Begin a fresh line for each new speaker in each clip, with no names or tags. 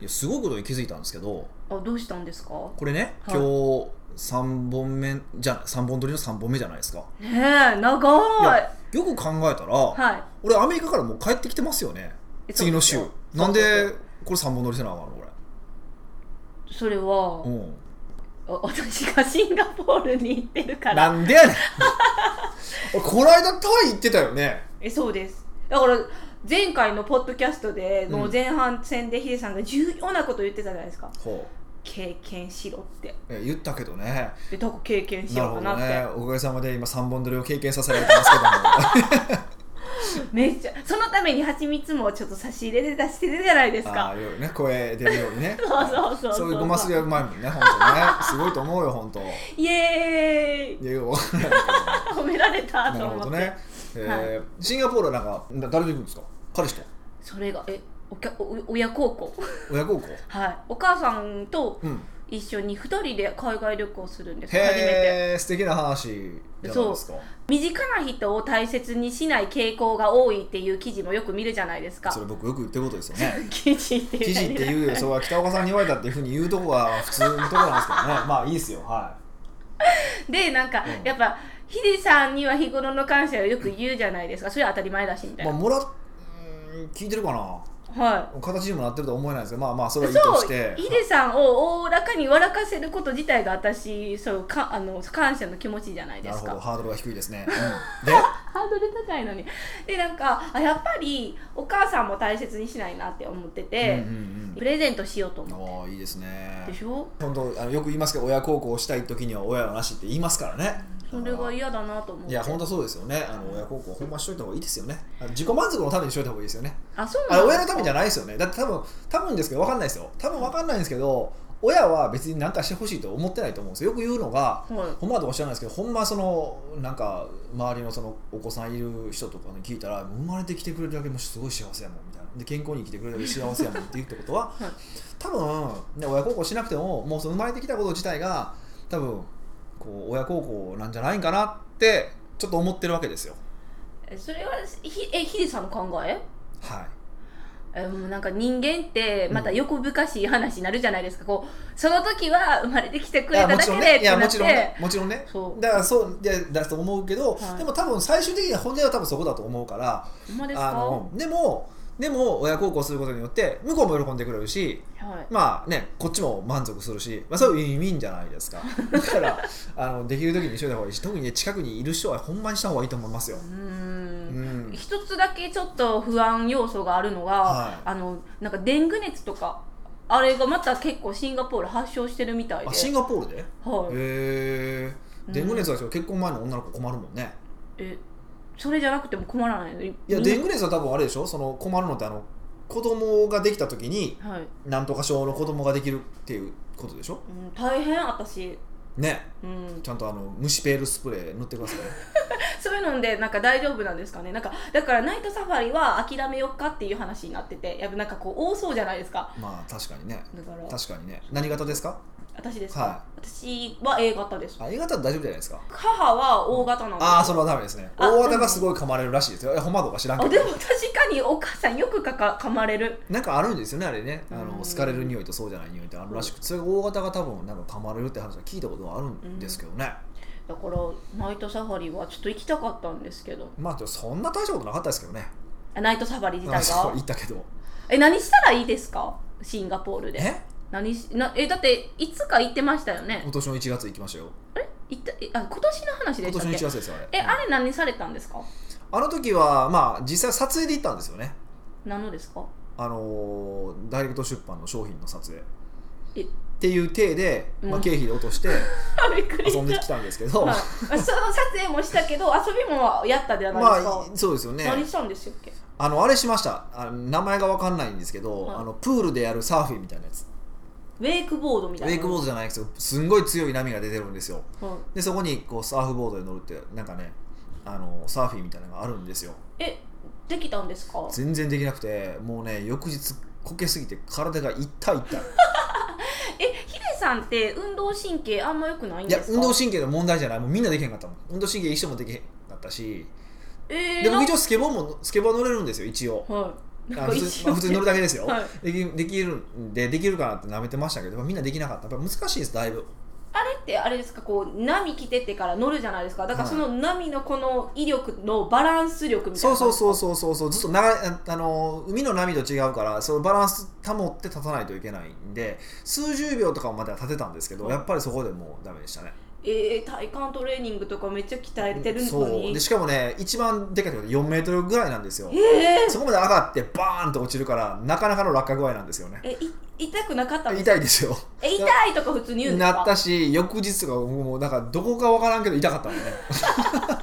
いやすごいことに気づいたんですけど
あどうしたんですか
これね
はい
今日3本目じゃ3本撮りの3本目じゃないですか
ねえ長い
やよく考えたら、
はい
俺アメリカからもう帰ってきてますよね
え
次の週
そうすよ
なん
そう
で
そう
これ3本撮りせなあかんのこ
そうそれは
れ、うん、
あ私がシンガポールに行ってるから
なんでやねん 俺この間タイ行ってたよね
えそうですだから前回のポッドキャストで
うん
もう前半戦でヒデさんが重要なこと言ってたじゃないですか、
ほ
経験しろって
うえ言ったけどね
でどこ経験し
なる
よう
ほ
かな
ど
っ
ね
て
おかげさまで今3本撮りを経験させられてますけども
めっちゃそのために蜂蜜もちょっと差し入れで出してるじゃないです
あ
か
あよりね声出るようにね
そうそうそう
そういうごますりはうまいもんね本当ねすごいと思うよ本当
イエーイ
いやよくわかん
褒められ
な
た
いなる
と思っ
ほ
て
どね、えーシンガポールはなんかな誰と行くんですか彼氏と
それがえおきゃお親孝行
親孝行
はいお母さんと
うん
一緒に2人で海外旅行するんです初めて
へえ素敵な話じゃないですか
身近な人を大切にしない傾向が多いっていう記事もよく見るじゃないですか
それ僕よく言ってることですよね
記事って
記事って言うよそれは北岡さんに言われたっていうふうに言うとこは普通のとこなんですけ どねまあいいですよは
でなんか、
うん
やっぱヒデさんには日頃の感謝をよく言うじゃないですかそれは当たり前だしみ
い、
たい
まあ、
な、
もらっうーん聞いてるかな
はい
形にもなってるとは思えないですけどまあまあそれはいいと
そ
し
う
て
ヒデさんをおおらかに笑かせること自体が私そうかあの感謝の気持ちじゃないで
なる
す
ほど
か
ハードルが低いですね、 うん、
ハードル高いのにでなんかあやっぱりお母さんも大切にしないなって思っ
で、
て
うん
て、
うん
プレゼントしようと
うん、
思
おーいいです
うで
ね
しょ
本当あのよく言いますけど親孝行したい時には親はなしって言いますからね
それが嫌だなと思って
いや本当そうですよねあの親孝行ほんましといた方がいいですよねあの自己満足のためにしといた方がいいですよね
あそう
あ
な
れ
んです
親のためじゃないですよねだって多分多分ですけど分かんないですよ多分分かんないんですけど親は別に何かしてほしいと思ってないと思うんですよよく言うのが
はい
ほんまだとおっしゃらないですけどほんまそのなんか周りのそのお子さんいる人とかに聞いたら生まれてきてくれるだけもうすごい幸せやもんみたいなで健康に生きてくれるだけ幸せやもんって言うってことは、
い
多分、ね、親孝行しなくてももうその生まれてきたこと自体が多分こう親孝行なんじゃないんかなってちょっと思ってるわけですよ。
えそれはひえヒデさんの考え
はい
えもうなんか人間ってまた欲深しい話になるじゃないですか、こうその時は生まれてきてくれただけでっ
い
て
や
な
も
っ
ちろんね
て
いやもちろんねもちろんね
そう
だからそうでだと思うけど、
はい
でも多分最終的には本音は多分そこだと思うから
ほんまです
あ
か
のでもでも親孝行することによって向こうも喜んでくれるし
はい
まあねこっちも満足するし、まあ、そういう意味じゃない ですかだからあのできる時にしといた方がいいし特にね近くにいる人はほんまにした方がいいと思いますよ
う、ー
うんん、
一つだけちょっと不安要素があるのが、
はい
あのなんかデング熱とかあれがまた結構シンガポール発症してるみたいで
あシンガポールでへ
はい
え
うん
デング熱は結婚前の女の子困るもんね
えそれじゃなくても困らないのい
いや
みんな
デング熱は多分あれでしょその困るのってあの子供ができた時に
はい、うん、
なんとか症の子供ができるっていうことでしょ
大変私、
ね
うん、
ちゃんとあの虫ペールスプレー塗ってくださいね
そういうのでなんか大丈夫なんですかねなんかだからナイトサファリは諦めよっかっていう話になっててやっぱなんかこう多そうじゃないですか
まあ確かにね
だから
確かにね何型ですか
私ですか、
は
私は A 型です
あ A 型は大丈夫じゃないですか
母は O 型なんですよ
ああそれはダメですね
あ
大型がすごい噛まれるらしいですよいやほんまどうか知らん
あ
け
で
ど
も確かにお母さんよくかか噛まれる
なんかあるんですよねあれねあ
う
の
ん
好かれる匂いとそうじゃない匂いってあるらしくそれが大型が多分なんか噛まれるって話は聞いたことはあるんですけどね、
だからナイトサファリはちょっと行きたかったんですけど
まあでもそんな大したことなかったですけどね
あナイトサファリ自
まあ
体
そう
が
言ったけど
え何したらいいですかシンガポールで
え
何しなえだっていつか行ってましたよね
今年の1月行きましたよ
行ったえあ今年の話で
今年
したっ
の1
け
月ですよあれ
えあれ何されたんですか
あの時はまあ実際撮影で行ったんですよね
何のですか
あのーダイレクト出版の商品の撮影
え
っていう体で、ま
う
あ、
ん
経費で落として
あ びっくり
遊んで
し
きたんですけ
た、
ど、
はい、あその撮影もしたけど遊びもやったじゃないで
まあ
すか、
そうですよね
何したんですよっけ
あのあれしましたあの名前が分かんないんですけど、
はい
あのプールでやるサーフィンみたいなやつ
ウェイクボードみ
ウ
たいな
ェイクボードじゃないですよすんごい強い波が出てるんですよ
ド、はい
でそこにこうサーフボードで乗るってなんかねあのサーフィンみたいなのがあるんですよ
えできたんですか
全然できなくてもうね翌日こけすぎて体が痛い痛い
えヒデさんって運動神経あんま良くないん
い
で
や
すか
運動神経の問題じゃないもうみんなできへんかったもん運動神経一緒もできへんかったし
えー、
でも
なん
一応スケボーもスケボー乗れるんですよ一応
はなん
あ
か
普
一
通
応
まあ普通に乗るだけですよ、
はい
できできるんでできるかなって舐めてましたけどみんなできなかったやっぱ難しいですだいぶ
あれってあれですかこう波来ててから乗るじゃないですかだから
はい
その波のこの威力のバランス力みたい
そ
な
うそうそうそうそうそうずっと流れああの海の波と違うからそのバランス保って立たないといけないんで数十秒とかまでは立てたんですけどやっぱりそこでもうダメでしたね
えー、体幹トレーニングとかめっちゃ鍛えてるの
そう
に
でしかもね一番でかいところ4メートルぐらいなんですよ
えー、
そこまで上がってバーンと落ちるからなかなかの落下具合なんですよね
えい痛くなかったんですか
痛いですよ
え痛いとか普通に言うんですか
なったし翌日とかもうなんかどこかわからんけど痛かったもんね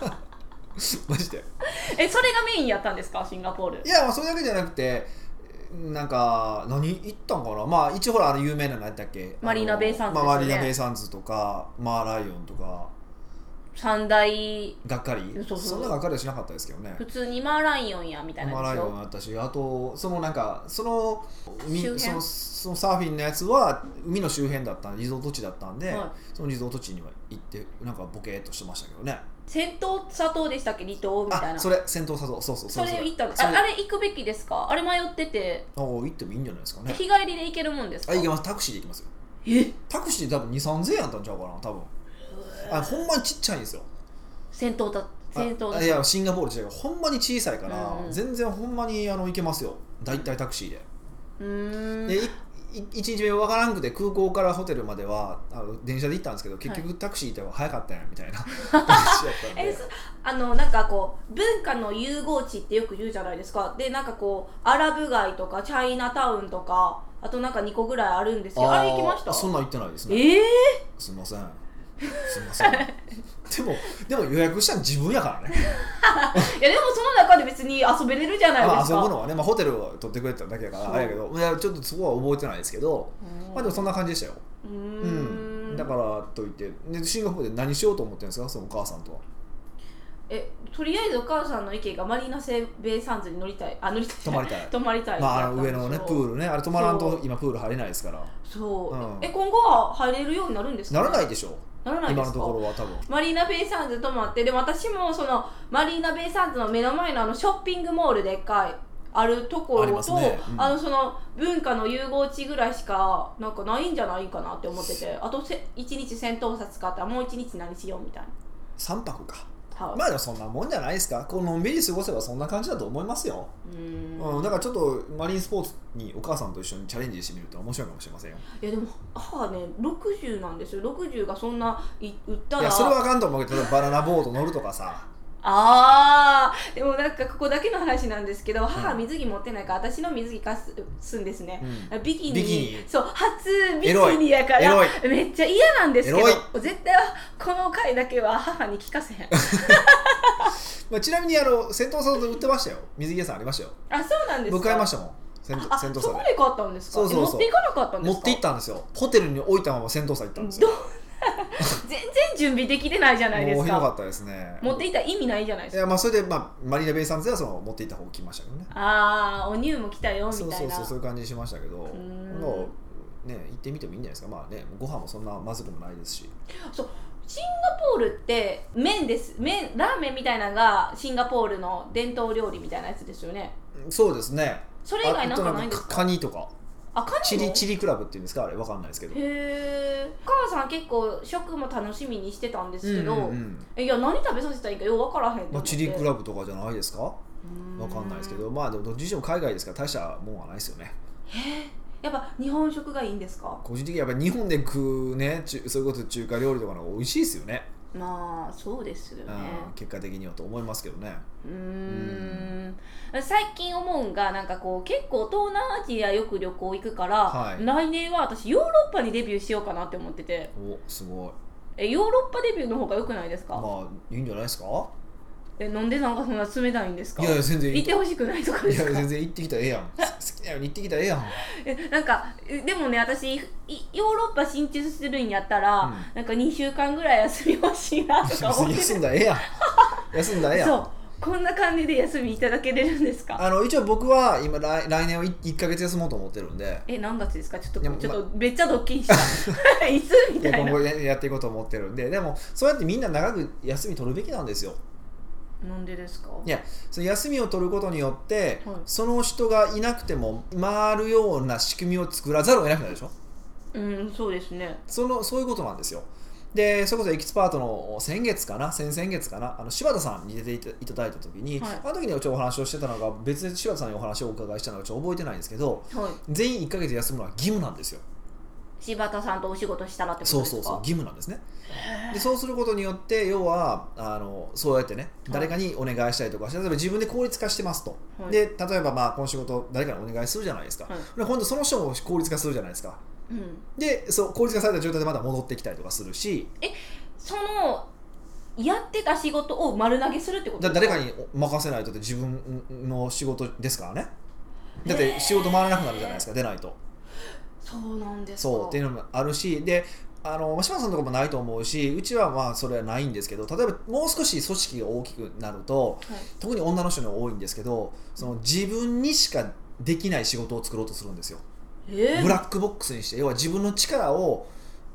マジで
えそれがメインやったんですかシンガポール
いやまあそれだけじゃなくてなんか何行ったんかなまあ一応ほらあの有名なのやったっけ
マリーナベイサンズですよね
まあ、マリーナベイサンズとかマーライオンとか
三大
がっかり
そうそうん
ながっかりはしなかったですけどね
普通にマーライオンやみたいな
マラ
やつ
イオン
よ
あったしあとそのなんかその海
周辺
そのそのサーフィンのやつは海の周辺だったんリゾート地だったんで、
はい
そのリゾート地には行ってなんかボケーっとしてましたけどね
戦闘砂糖でしたっけ離島みたい
あ
な
それ戦闘佐藤そうそう
それ行ったんです
そ
あ
れ
あれ行くべきですかあれ迷ってて
あ行ってもいいんじゃないですかね
日帰りで行けるもんですか
あ行けますタクシーで行きますよ
え
タクシーで多分2 3千円やったんちゃうかな多分あほんまにちっちゃいんですよ
戦闘だ
あ
戦闘だ
いやシンガポール自体がほんまに小さいから、
うんうん
全然ほんまにあの行けますよ大体タクシーで
うーん
でいい一日目分からんくて空港からホテルまではあの電車で行ったんですけど結局タクシー行った方が早かったんやみたい な 感じだったん
え
で
そあのなんかこう文化の融合地ってよく言うじゃないですかでなんかこうアラブ街とかチャイナタウンとかあとなんか2個ぐらいあるんですよあれ行きまし
あー
た
そんなん行ってないですね
ええ
すいませんすいま せんでもでも予約したの自分やからね
いやでもその中で別に遊べれるじゃない
ま
で
あ
す
遊ぶ
か、
のはね、まあ、ホテルを取ってくれただけやか
そ
ら
う
あれやけどいやちょっとそこは覚えてないですけどまあでもそんな感じでしたよ
うー
うんだからといってでシンガポールで何しようと思ってるんですかそのお母さんとは
えとりあえずお母さんの意見がマリーナセベイサンズに乗りたいあ乗りたい
泊まりたい
泊まりたい
まああの上のねプー
ル
ルねあれ泊まらん
そ
と
う
今プール入れないですから
そう、
うん
え今後は入れるようになるんですか
な
ね、
らないでしょ
ならないで
今
す
の
か
ところは多分
マリーナベイサンズ泊まってでも私もそのマリーナベイサンズの目の前のあのショッピングモールでっかいあるとこ
あり
ろ
ます
とあ、
ねうん
のその文化の融合地ぐらいしかなんかないんじゃないかなって思っててあとせ一日戦闘札使ったらもう一日何しようみたい
3泊か
な、はい
まあでもそんなもんじゃないですかこうのんびり過ごせばそんな感じだと思いますよ、
うーん
うんだからちょっとマリンスポーツにお母さんと一緒にチャレンジしてみると面白いかもしれませんよ
いやでも母ね60なんですよ60がそんない売った
い
ら
やそれはあかんと思うけど例えばバナナボート乗るとか さ
あーでもなんかここだけの話なんですけど母水着持ってないから私の水着貸すすんですね、
う
ビキニ
ビキニ
そう初ビ
エロ
キ
い
ニやか
エ
ら
ロい
めっちゃ嫌なんですけ
エロ
ど絶対はこの回だけは母に聞かせへん
まあ、ちなみにあの戦闘さんと売ってましたよ水着屋さんありましたよ
あそうなんですか
僕買いましたたもん戦闘
あ
戦闘
そこ
さ
で買ったんですか
そうそうそう
え持っていかなかったん
で持
ですか
って行ったんですよホテルに置いたまま戦闘さ行ったんです
ど
よ
んな 全然準備できてないじゃないで
もう
す
ひど
か
かったですね
持っていったら意味ないじゃないです
い
か
やまあそれで、まあ、マリーナベイサンズではその持って行った方を来ましたけどね
ああお乳も来たよみたい
そう
な
そうそうそういう感じにしましたけど
ーん
もうね行ってみてもいいんじゃないですかまあねご飯もそんなまずくもないですし
シンガポールって麺です麺ラーメンみたいなのがシンガポールの伝統料理みたいなやつですよね
そうですね
それ以外なんかないんです
あとカ
か
ニとか
あカ
チ
ニ
リ
も
チリクラブっていうんですかあれわかんないですけど
へえお母さん結構食も楽しみにしてたんですけど、
うんうんうん
えいや何食べさせたらいいかよう分からへんと思って
まあ、チリクラブとかじゃないですか
ブ
わかんないですけどまあでもどっちにしても海外ですから大したもんはないですよね
やっぱ日本食がいいんですか
個人的にやっぱり日本で食うねちゅそういうこと中華料理とかの方が美味しいですよね、
まあそうですよね
うん、結果的にはと思いますけどね
うーん最近思うんがなんかこう結構東南アジアよく旅行行くから、
はい
来年は私ヨーロッパにデビューしようかなって思ってて
おすごい
えヨーロッパデビューの方が良くないですか、
まあいいんじゃないですか
えなんでなんかそんな冷たいんですか
いやいや全然いい
行ってほしくないとか
い
です
や
か
全然行ってきたらええやん好きなように行ってきたらええやん
えなんかえでもね私いヨーロッパ進出するんやったら、
うん
なんか2週間ぐらい休み欲しいなと
別
か思っ
に
て
休んだらええやん 休んだらええやん
そうこんな感じで休みいただけれるんですか
あの一応僕は今来来年は1か月休もうと思ってるんで
え何月ですかちょっと
いやま
ちょっとめっちゃドッキ リしたいつみ
いや
たい
今
な
後ややっていこうと思ってるんででもそうやってみんな長く休み取るべきなんですよ
なんでですか
いやその休みを取ることによって、
はい
その人がいなくても回るような仕組みを作らざるを得なくなるでしょ
うんそうですね
そのそういうことなんですよでそれこそエキスパートの先月かな先々月かなあの柴田さんに出ていたいただいた時に、
はい
あの時にちょっとお話をしてたのが別に柴田さんにお話をお伺いしたのがちょっと覚えてないんですけど
はい
全員1ヶ月休むのは義務なんですよ
柴田さんとお仕事したらってこと
そう
です
そ
か
うそう義務なんですねでそうすることによって要はあのそうやってね誰かにお願いしたりとかして例えば自分で効率化してますと、
はい
で例えばまあこの仕事誰かにお願いするじゃないですか、
はい
で今度その人も効率化するじゃないですか
うん、
でそう効率化された状態でまた戻ってきたりとかするし
そのやってた仕事を丸投げするってこと
だ
です
誰かに任せないとって自分の仕事ですからねだって仕事回らなくなるじゃないですか出ないと
そうなんですか
そうっていうのもあるしであの島さんのとこもないと思うしうちはまあそれはないんですけど例えばもう少し組織が大きくなると
はい
特に女の人には多いんですけどその自分にしかできない仕事を作ろうとするんですよ
えー、
ブラックボックスにして要は自分の力を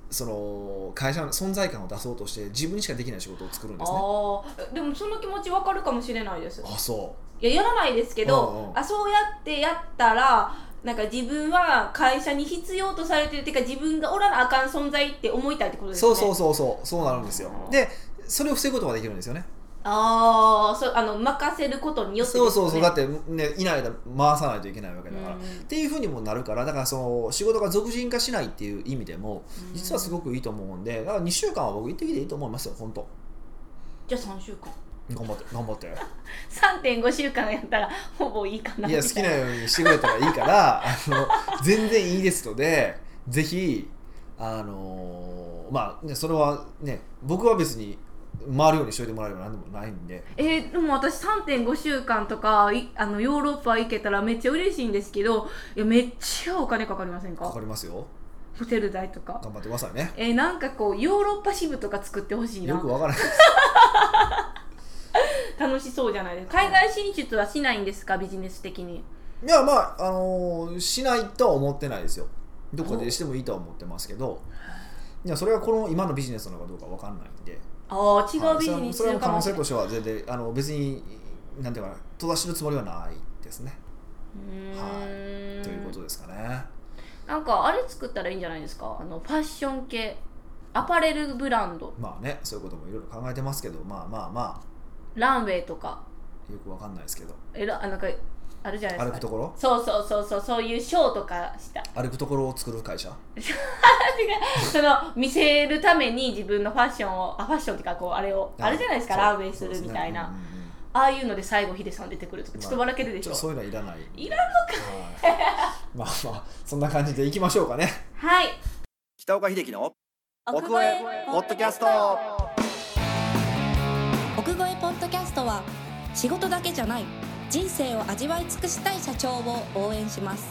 その会社の存在感を出そうとして自分にしかできない仕事を作るんですね
ああでもその気持ちわかるかもしれないです
あそ
いややらないですけ
うん
ど
うん
あそうやってやったらなんか自分は会社に必要とされてるっていうか自分がおらなあかん存在って思いたいってこと
う
です
そ
ね
うそうそうそうそうなるんですよでそれを防ぐことができるんですよね
ああそうあの任せることによって
そうそうそうだ
っ
ってねいない間回さないといけないわけだから、っていうふうにもなるからだからその仕事が俗人化しないっていう意味でも実はす
い
ごくいいと思うんでだから2週間は僕行ってきていいと思いますよ本当
じゃあ3週間
頑張って頑張って
3.5週間やったらほぼいいかない
や好きなようにしてくれたらいいから あの全然いいですのでぜひあのまあねそれはね僕は別に回るようにしといてもらえれば何でもないんで
えーでも私3.5週間とかいあのヨーロッパ行けたらめっちゃ嬉しいんですけどいやめっちゃお金かかりませんか
かかりますよ
ホテル代とか
頑張ってくださいね
えーなんかこうヨーロッパ支部とか作ってほしい
よ
な
くわからない
楽しそうじゃないですか海外進出はしないんですかビジネス的に
いやまあ、あのーしないとは思ってないですよどこでしてもいいとは思ってますけどいやそれはこの今のビジネスなのかどうかわかんないんで
ああ違
は
う
い
ビ
そ
ジ
れ
ネ
は
ス
そ
す
れは
るか
可
も
能
し
性
れない
としては全然あの別になんていうかな閉ざしてるつもりはないですね
うーん
ということですかね
なんかあれ作ったらいいんじゃないですかあのファッション系アパレルブランド
まあねそういうこともいろいろ考えてますけどまあまあま
ランウェイとか
あよくわかんないですけど
えらあなんかあるじゃないです
歩
か
くところ
そうそうそうそうそういうショーとか した
歩くところを作る会社
その見せるために自分のファッションをあファッションっていうかこうあれをあれじゃないですか
そう
ランウェイするみたいな、
そうですねうんうんうん
ああいうので最後ヒデさん出てくるとかちょっと笑けるでし
ちょ
ょ,、
っとそういうのはいらない
い
らんのか、はいまあまあそんな感じでいきましょうかね
はい
北岡秀樹の奥越えポッドキャスト
奥越えポッドキャストは仕事だけじゃない人生を味わい尽くしたい社長を応援します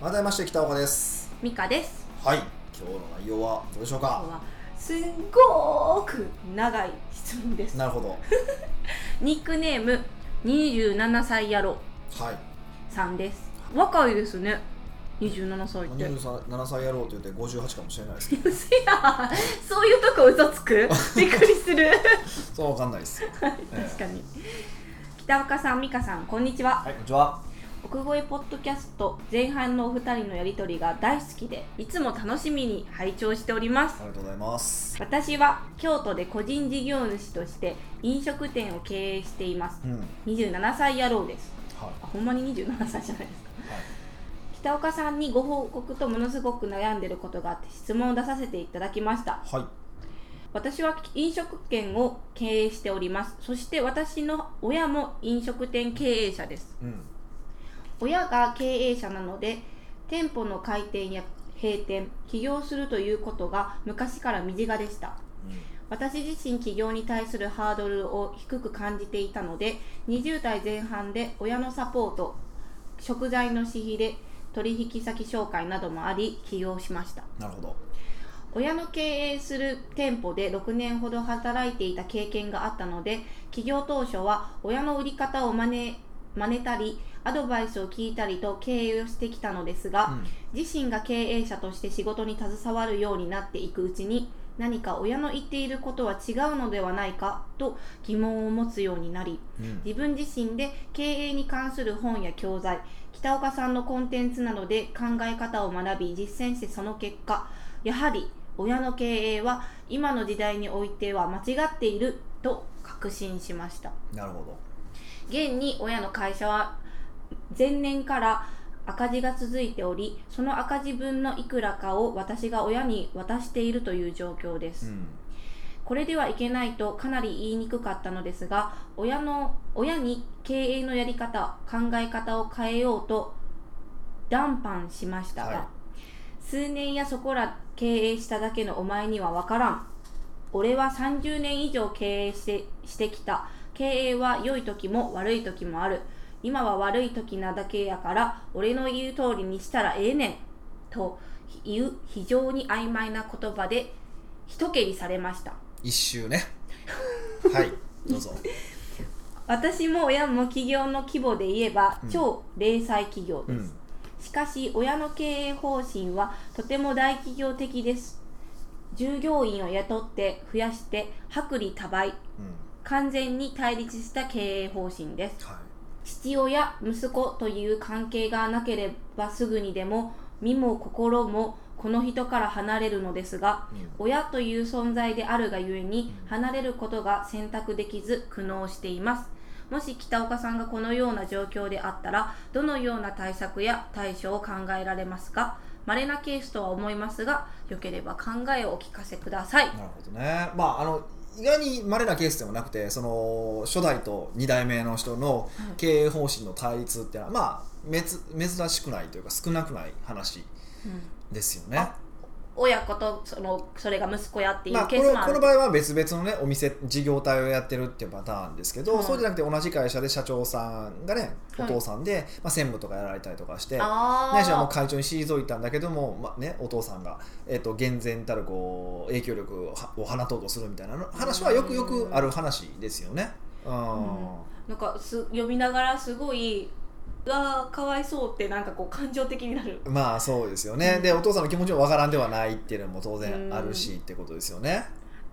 改めまして北岡です
ミカです
はい今日の内容はどうでしょう
今日
か
はすんごーく長い質問です
なるほど
ニックネーム27歳野郎
はい
さんです若いですね27歳って
27歳やろうって言って58かもしれないですけど
嘘やそういうとこ嘘つくびっくり する
そうわかんない です
確かに北岡さん美香さんこんにちは
はいこんにちは
奥越えポッドキャスト前半のお二人のやりとりが大好きでいつも楽しみに拝聴しております
ありがとうございます
私は京都で個人事業主として飲食店を経営しています
うんはい
27歳野郎です
は
あほんまに27歳じゃないですか
い
北岡さんにご報告とものすごく悩んでることがあって質問を出させていただきました
はい
私は飲食店を経営しておりますそして私の親も飲食店経営者です
うん
親が経営者なので店舗の開店や閉店起業するということが昔から身近でした私自身起業に対するハードルを低く感じていたので20代前半で親のサポート食材の私費で取引先紹介などもあり起業しました
なるほど
親の経営する店舗で6年ほど働いていた経験があったので起業当初は親の売り方を真似真似たりアドバイスを聞いたりと経営をしてきたのですが、
うん
自身が経営者として仕事に携わるようになっていくうちに何か親の言っていることは違うのではないかと疑問を持つようになり
うん
自分自身で経営に関する本や教材北岡さんのコンテンツなどで考え方を学び実践してその結果やはり親の経営は今の時代においては間違っていると確信しました
なるほど
現に親の会社は前年から赤字が続いておりその赤字分のいくらかを私が親に渡しているという状況です、
うん
これではいけないとかなり言いにくかったのですが親の親に経営のやり方考え方を変えようと談判しましたが、
はい
数年やそこら経営しただけのお前には分からん俺は30年以上経営してしてきた経営は良い時も悪い時もある今は悪い時なだけやから俺の言う通りにしたらええねんという非常に曖昧な言葉で一蹴りされました
一周 ねはいどうぞ
私も親も企業の規模で言えば
うん
超零細企業
う
です、
ん
しかし親の経営方針はとても大企業的です従業員を雇って増やして薄利多売
うん
完全に対立した経営方針です
は
父親息子という関係がなければすぐにでも身も心もこの人から離れるのですが
い、うん
親という存在であるがゆえに
うん
離れることが選択できず苦悩していますもし北岡さんがこのような状況であったらどのような対策や対処を考えられますか稀なケースとは思いますが良ければ考えをお聞かせください
なるほどね。まああの意外に稀なケースではなくて、その初代と二代目の人の
はい
経営方針の対立っていうのは、まあめつ珍しくないというか少なくない話
うん
ですよね。
親子とそのそれが息子やってい
まあ
う
こ
ケース
の
もあ
この
る
場合は別々のねお店事業体をやってるっていうパターンですけど、
はい
そうじゃなくて同じ会社で社長さんがねお
はい
父さんで、まあ専務とかやられたりとかして。
あ
ないしはもう
ー
会長に退いたんだけども、まあね、お父さんが、えっと厳然たるこう影響力をはを放とうとするみたいなの話はよくよくある話ですよね。うん
なんかす読みながらすごいうわーかわいそうってなんかこう感情的になる
まあそうですよね、
うん
でお父さんの気持ちもわからんではないっていうのも当然あるしってことですよね。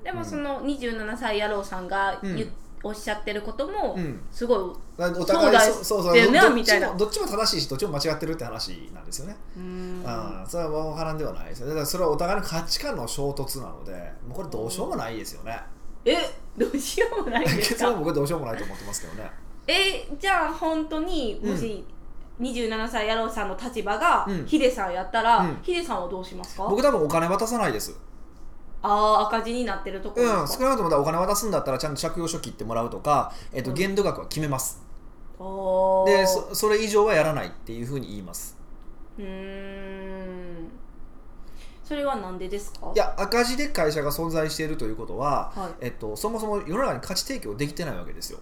でもその27歳野郎さんが言っ
うん
おっしゃってることも
うん、
すご
だからお互い
そうだ
そそうそう
だよね
どどっ
みた
ち
いな
もどっちも正しいしどっちも間違ってるって話なんですよね。
い、うん
ああそれはわからんではないですよだからそれはお互いの価値観の衝突なのでもうこれどうしようもないですよね。
えどうしようもないんで
結
す
論は
か
僕はどうしようもないと思ってますけどね。
えじゃあ本当にもし、27歳野郎さんの立場が
うん
ヒデさんやったら、
うん
ヒデさんはどうしますか
僕多分お金渡さないです。
ああ赤字になってるところ
うん、
です
少
か、
なくともだからお金渡すんだったらちゃんと借用書切ってもらうとか、えっと
うん
限度額は決めます、
おー
でそそれ以上はやらないっていうふうに言います
うーんそれはなんでですか
いや赤字で会社が存在しているということは、
はい
えっと、そもそも世の中に価値提供できてないわけですよ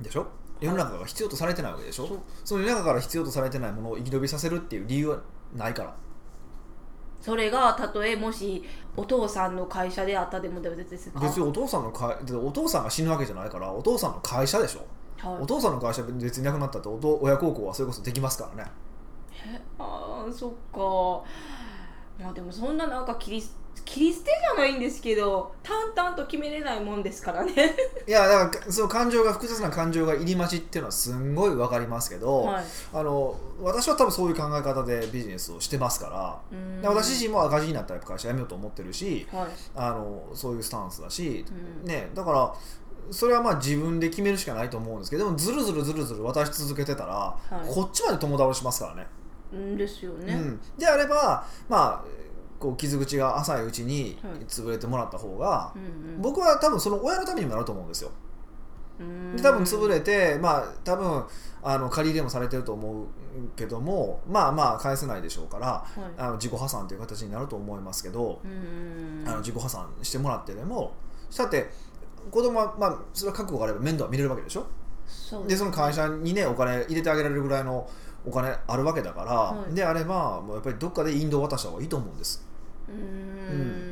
でしょ世の中が必要とされてないわけでしょ、
そう
その世の中から必要とされてないものを生き延びさせるっていう理由はないから
それがたとえもしお父さんの会社であったでも別ですか
別にお父さんの会でお父さんが死ぬわけじゃないからお父さんの会社でしょ、
はい
お父さんの会社別になくなったってお父親孝行はそれこそできますからね
あーそっかまあでもそんななんか切りす切り捨てじゃないんですけど淡々と決めれないもんですからね
いやだからその感情が複雑な感情が入り待ちっていうのはすんごいわかりますけど、
はい
あの私は多分そういう考え方でビジネスをしてますから。
うーん
で私自身も赤字になったら会社辞めようと思ってるし
はい、
あのそういうスタンスだし
う、ん
ね、だからそれはまあ自分で決めるしかないと思うんですけどでもずるずるずるずる渡し続けてたら、
い
こっちまで友倒しますからね。
うんですよね、
うん、であれば、まあ、こう傷口が浅いうちに
はい
潰れてもらった方が
う、んうん
僕は多分その親のためにもなると思うんですよ。
うーん
で多分潰れて、まあ、多分あの借り入れもされてると思うけどもまあまあ返せないでしょうから
はい
あの自己破産という形になると思いますけど、
うんうんうん
あの自己破産してもらってでもだって子供はまあ、それは覚悟があれば面倒は見れるわけでしょ
そう
でその会社にねお金入れてあげられるぐらいのお金あるわけだから、
はい
であればもうやっぱりどっかで引導を渡した方がいいと思うんです
うーん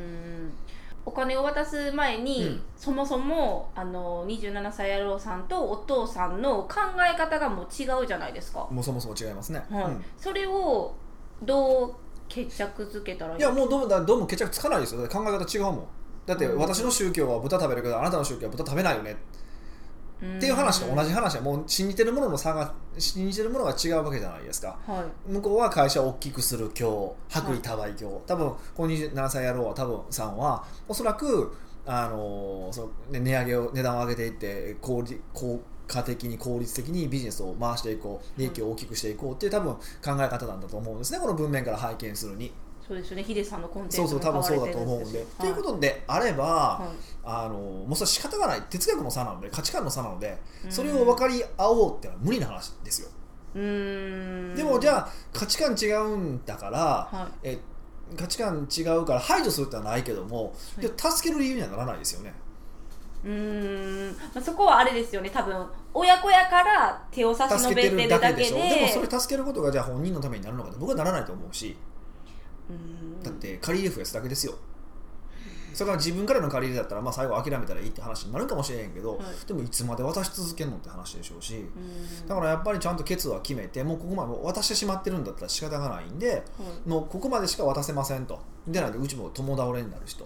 お金を渡す前に、
うん
そもそもあの27歳野郎さんとお父さんの考え方がもう違うじゃないですか
もうそもそも違いますね、
はい
うん
それをどう決着づけたらいい
いやもうどうもだどうも決着つかないですよだって考え方違うもんだって
うん
私の宗教は豚食べるけどあなたの宗教は豚食べないよねっていう話と同
じ
じ話はもう信じてるものの差が信じてるものが違うわけじゃないですか
はい
向こうは会社を大きくする教薄利多売教多分この27歳野郎は多分さんはおそらくあのーそのね値上げを値段を上げていって効率効果的に効率的にビジネスを回していこう利益を大きくしていこうっていう多分考え方なんだと思うんですねこの文面から拝見するに
そうですよねヒデさんのコンテンツ
そうそう多分そうだと思うんで。ということとであれば、あのもうそれは仕方がない哲学の差なので価値観の差なのでそれを分かり合おうってのは無理な話ですよ、
うーん
でもじゃ
あ
あ価値観違うんだから
は
え価値観違うから排除するってのはないけども、
い
でも助ける理由にはならないですよね
いうーん、まあ、そこはあれですよね多分親子やから手を差し伸
助
べ
け
て
て
る
る
だ
だ
け
け
で
でしょでもそれ助けることがじゃあ本人のためになるのかって僕はならないと思うし
うーん
だって借り入れ増やすだけですよそれから自分からの借り入れだったら、まあ、最後諦めたらいいって話になるかもしれへんけど、
はい
でもいつまで渡し続けるのって話でしょうし、
うーん
だからやっぱりちゃんと決は決めてもうここまで渡してしまってるんだったら仕方がないんで
はい
もうここまでしか渡せませんとでないとうちも共倒れになるしと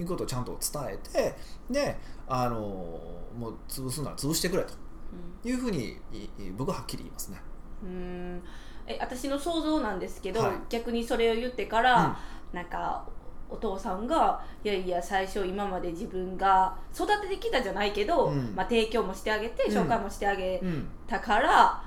いうことをちゃんと伝えてであのもう潰すなら潰してくれというふうにいい僕ははっきり言いますね。
うんうーんえ私の想像なんですけど、
はい
逆にそれを言ってから、なんかお父さんがいやいや最初今まで自分が育ててきたじゃないけど、
うん
まあ、提供もしてあげて
うん
紹介もしてあげ
うんうん
たから、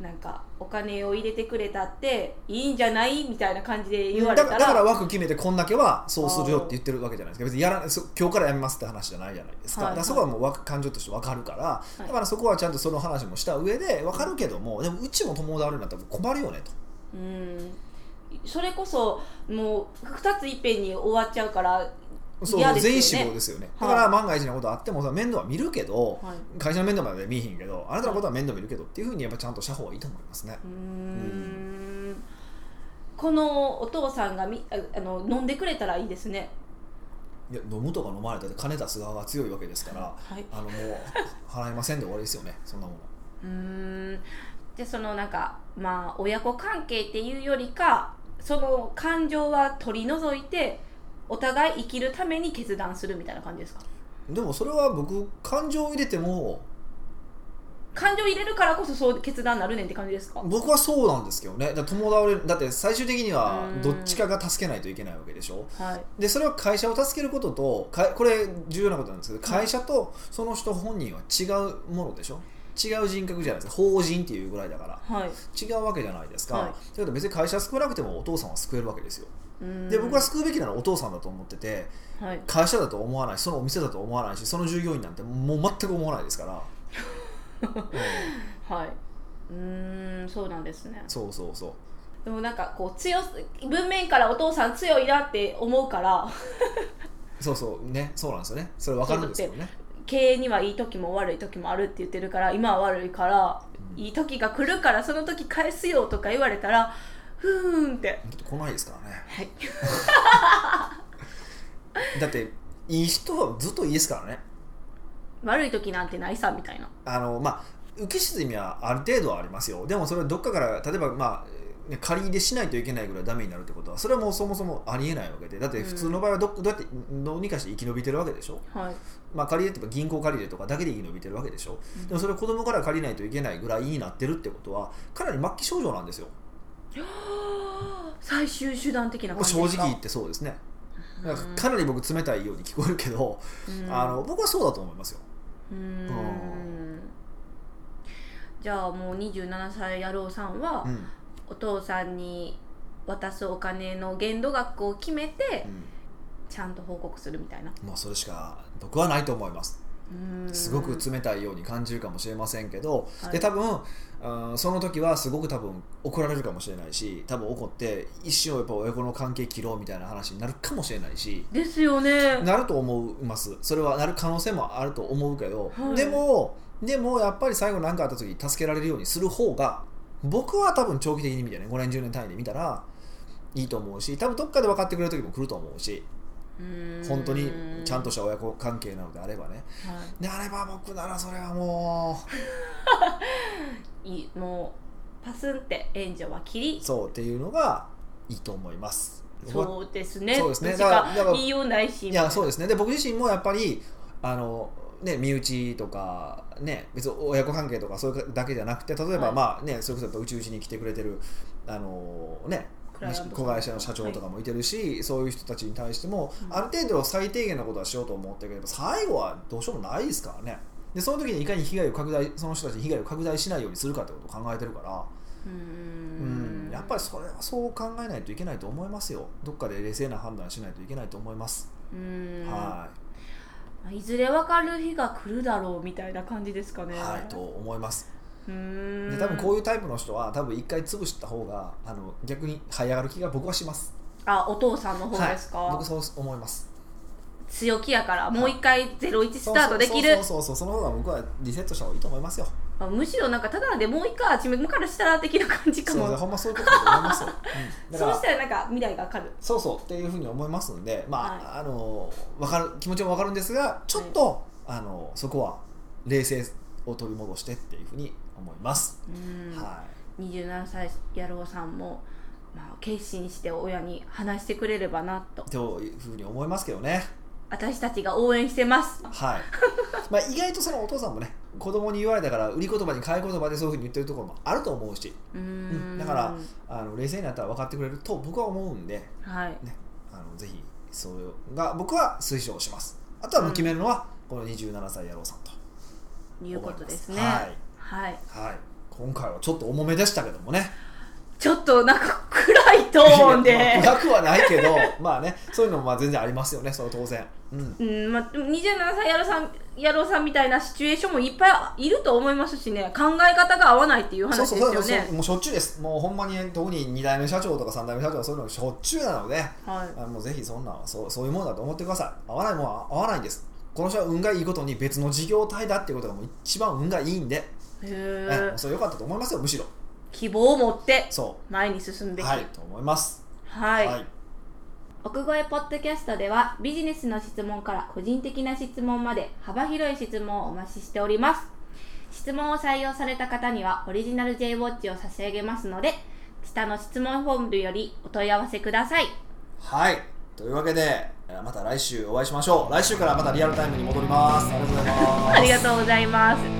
なんかお金を入れてくれたっていいんじゃないみたいな感じで言わ
だ
れた
かららだから枠決めてこんだけはそうするよって言ってるわけじゃないですか別にやらそ今日からやめますって話じゃないじゃないですか,、
はい
だからそこはもう枠感情として分かるから、
い
だからそこはちゃんとその話もした上で分かるけどもでもうちも共倒れになったら困るよねと。
うんそれこそもう2ついっぺんに終わっちゃうから、はい、
そう
嫌
そう
ですよね
全死亡ですよねだ
はい
から万が一のことあってもその面倒は見るけど、会社の面倒まで見えへんけどあなたのことは面倒見るけどっていうふうにやっぱちゃんとした方がいいと思いますね
うーんこのお父さんがみああの飲んでくれたらいいですね
いや飲むとか飲まれたって金出す側が強いわけですから
はい
あのもう払いませんで終わりですよねそんなもの
うーんでそのなんかまあ親子関係っていうよりかその感情は取り除いてお互い生きるために決断するみたいな感じですか
でもそれは僕感情を入れても
感情入れるからこそそう決断になるねんって感じですか
僕はそうなんですけどねだから共倒れだって最終的には
うん
どっちかが助けないといけないわけでしょ
はい
でそれは会社を助けることとかこれ重要なことなんですけど会社とその人本人は違うものでしょ違う人格じゃないですか法人っていうぐらいだから
はい
違うわけじゃないですか、
はい
ということは別に会社救わなくてもお父さんは救えるわけですよ
うーん
で僕は救うべきなのはお父さんだと思ってて
はい
会社だと思わないしそのお店だと思わないしその従業員なんてもう全く思わないですから うん
はいうーんそうなんですね
そうそうそう
でもなんかこう強す文面からお父さん強いなって思うから
そうそうねそうなんですよねそれ分かるんですけどね
経営にはいい時も悪い時もあるって言ってるから今は悪いから
うん
いい時が来るからその時返すよとか言われたらふーんって
だって来ないですからね
はい
だっていい人はずっといいですからね
悪い時なんてないさみたいな
あのまあ浮き沈みはある程度はありますよでもそれはどっかから例えばまあね借り入れしないといけないぐらいダメになるってことはそれはもうそもそもありえないわけでだって普通の場合はど,、どうやってどうにかして生き延びてるわけでしょ、
はい
まあ、借り入れとか銀行借り入れとかだけで生き延びてるわけでしょ、
うん
でもそれを子供から借りないといけないぐらいになってるってことはかなり末期症状なんですよ
最終手段的な
もう
感じ
正
で
直
すか
言ってそうですねだからかなり僕冷たいように聞こえるけど、
うん
あの僕はそうだと思いますよ
うーんじゃあもう27歳野郎さんは、
うん、
お父さんに渡すお金の限度額を決めてちゃんと報告するみたいな
うん、もうそれしか僕はないと思いますすごく
つ
冷たいように感じるかもしれませんけど、
はい
で多分、うんその時はすごく多分怒られるかもしれないし多分怒って一生やっぱ親子の関係切ろうみたいな話になるかもしれないし
ですよね
なると思いますそれはなる可能性もあると思うけど、
はい
でもでもやっぱり最後何かあった時助けられるようにする方が僕は多分長期的に見てね5年10年単位で見たらいいと思うし多分どっかで分かってくれる時も来ると思うし
うーん
本当にちゃんとした親子関係なのであればね
は
であれば僕ならそれはもう。
いいいもうパスンって援助は切り
そうっていうのがいいと思います。
そうですね。
そうですね
し
だ
か
からだから
言いようないし。
いやそうですねで僕自身もやっぱりあの、ね、身内とか、ね、別に親子関係とかそういうだけじゃなくて例えば、
はい
まあね、それこそやっぱ宇宙人に来てくれてるあの、ね、
クライアントさん
子会社の社長とかもいてるし、そういう人たちに対しても、
うん
ある程度最低限のことはしようと思ってるけど最後はどうしようもないですからね。でその時にいかに被害を拡大その人たちに被害を拡大しないようにするかってことを考えてるから、
うー
うん
ん。
やっぱりそれはそう考えないといけないと思いますよどっかで冷静な判断しないといけないと思います、
うーん。
はい
いずれわかる日が来るだろうみたいな感じですかね。
はい、と思います。
うー
で
ん。
多分こう
いう。
いうタイプの人は多分一回潰した方があの逆に這い上がる気が僕はします。
あ、お父さんの方ですか。
はい、僕そう思います。
強気やから、もう一回ゼロ一スタートできる。
そうそうそうそうその方が僕はリセットした方がいいと思いますよ。
あむしろなんかただでもう一回始めからしたら的な感じか
そう
も。
ほんまそういうことだと思いますよ。うん、だか
そう
ら
したらなんか未来が明るい。
そうそうっていうふうに思いますので、まあ、あのわかる気持ちもわかるんですが、ちょっと、あのそこは冷静を取り戻してっていうふうに思います。
うーん
は
27歳野郎さんも、まあ、決心して親に話してくれればなと
い、というふうに思いますけどね。
私たちが応援してます
はい、まあ意外とそのお父さんもね子供に言われたから売り言葉に買い言葉でそういうふうに言ってるところもあると思うし
うー
うんんだからあの冷静になったら分かってくれると僕は思うんで
はい
あのぜひそれが僕は推奨しますあとはもう決めるのはこの27歳野郎さんと
いうことですね
思います
はい、
はい、今回はちょっと重めでしたけどもね
ちょっとなんか暗いトー ン
い
で
や、まあ暗くはないけどまあねそういうのもまあ全然ありますよねその当然うん
うんまあ、27歳野郎さん野郎さんみたいなシチュエーションもいっぱいいると思いますしね考え方が合わないっていう
そう
話
そ
で
う
すよ
そうそう
ね
もうしょっちゅうですもうほんまに特に2代目社長とか3代目社長はそういうのしょっちゅうなので
はい
あもうぜひそんなんはそうそういうもんだと思ってください合わないもんは合わないんですこの人は運がいいことに別の事業体だっていうことがもう一番運がいいんで、
へ
ねも
ー
うそれ良かったと思いますよむしろ
希望を持って
そ
前に進ん
う
でき
はいと思います
はい、
はい
奥越えポッドキャストではビジネスの質問から個人的な質問まで幅広い質問をお待ちしております質問を採用された方にはオリジナル J ウォッチを差し上げますので下の質問フォームよりお問い合わせください
はいというわけでえーまた来週お会いしましょう来週からまたリアルタイムに戻りますありがとうございます
ありがとうございます